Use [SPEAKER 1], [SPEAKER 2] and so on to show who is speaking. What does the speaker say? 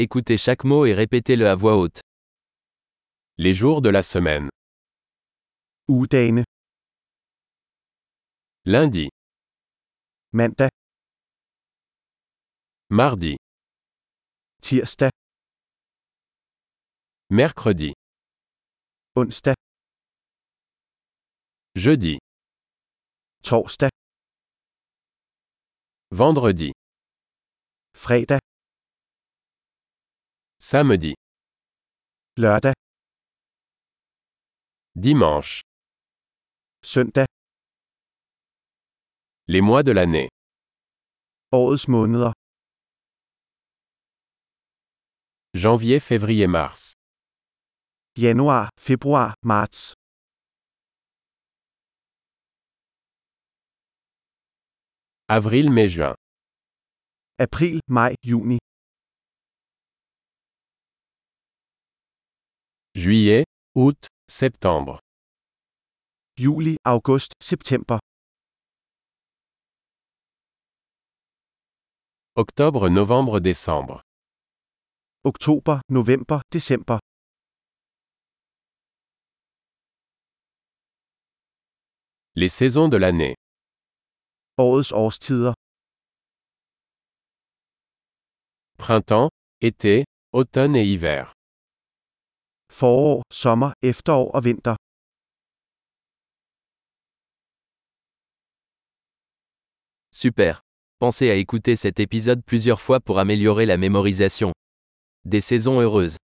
[SPEAKER 1] Écoutez chaque mot et répétez-le à voix haute.
[SPEAKER 2] Les jours de la semaine.
[SPEAKER 3] Ugedagene,
[SPEAKER 2] Lundi,
[SPEAKER 3] mandag,
[SPEAKER 2] mardi,
[SPEAKER 3] tirsdag,
[SPEAKER 2] mercredi,
[SPEAKER 3] onsdag,
[SPEAKER 2] jeudi,
[SPEAKER 3] torsdag,
[SPEAKER 2] vendredi,
[SPEAKER 3] fredag,
[SPEAKER 2] samedi,
[SPEAKER 3] lørdag,
[SPEAKER 2] dimanche.
[SPEAKER 3] søndag,
[SPEAKER 2] Les mois de l'année.
[SPEAKER 3] årets måneder,
[SPEAKER 2] Janvier, février, mars.
[SPEAKER 3] januar, februar, marts,
[SPEAKER 2] Avril, mai, juin.
[SPEAKER 3] april, maj, juni,
[SPEAKER 2] Juillet, août, septembre.
[SPEAKER 3] juli, august, september,
[SPEAKER 2] Octobre, novembre, décembre.
[SPEAKER 3] oktober, november, december,
[SPEAKER 2] Les saisons de l'année.
[SPEAKER 3] årets årstider,
[SPEAKER 2] Printemps, été, automne et hiver.
[SPEAKER 3] forår, sommer, efterår og vinter,
[SPEAKER 1] Super. Pensez à écouter cet épisode plusieurs fois pour améliorer la mémorisation. Des saisons heureuses.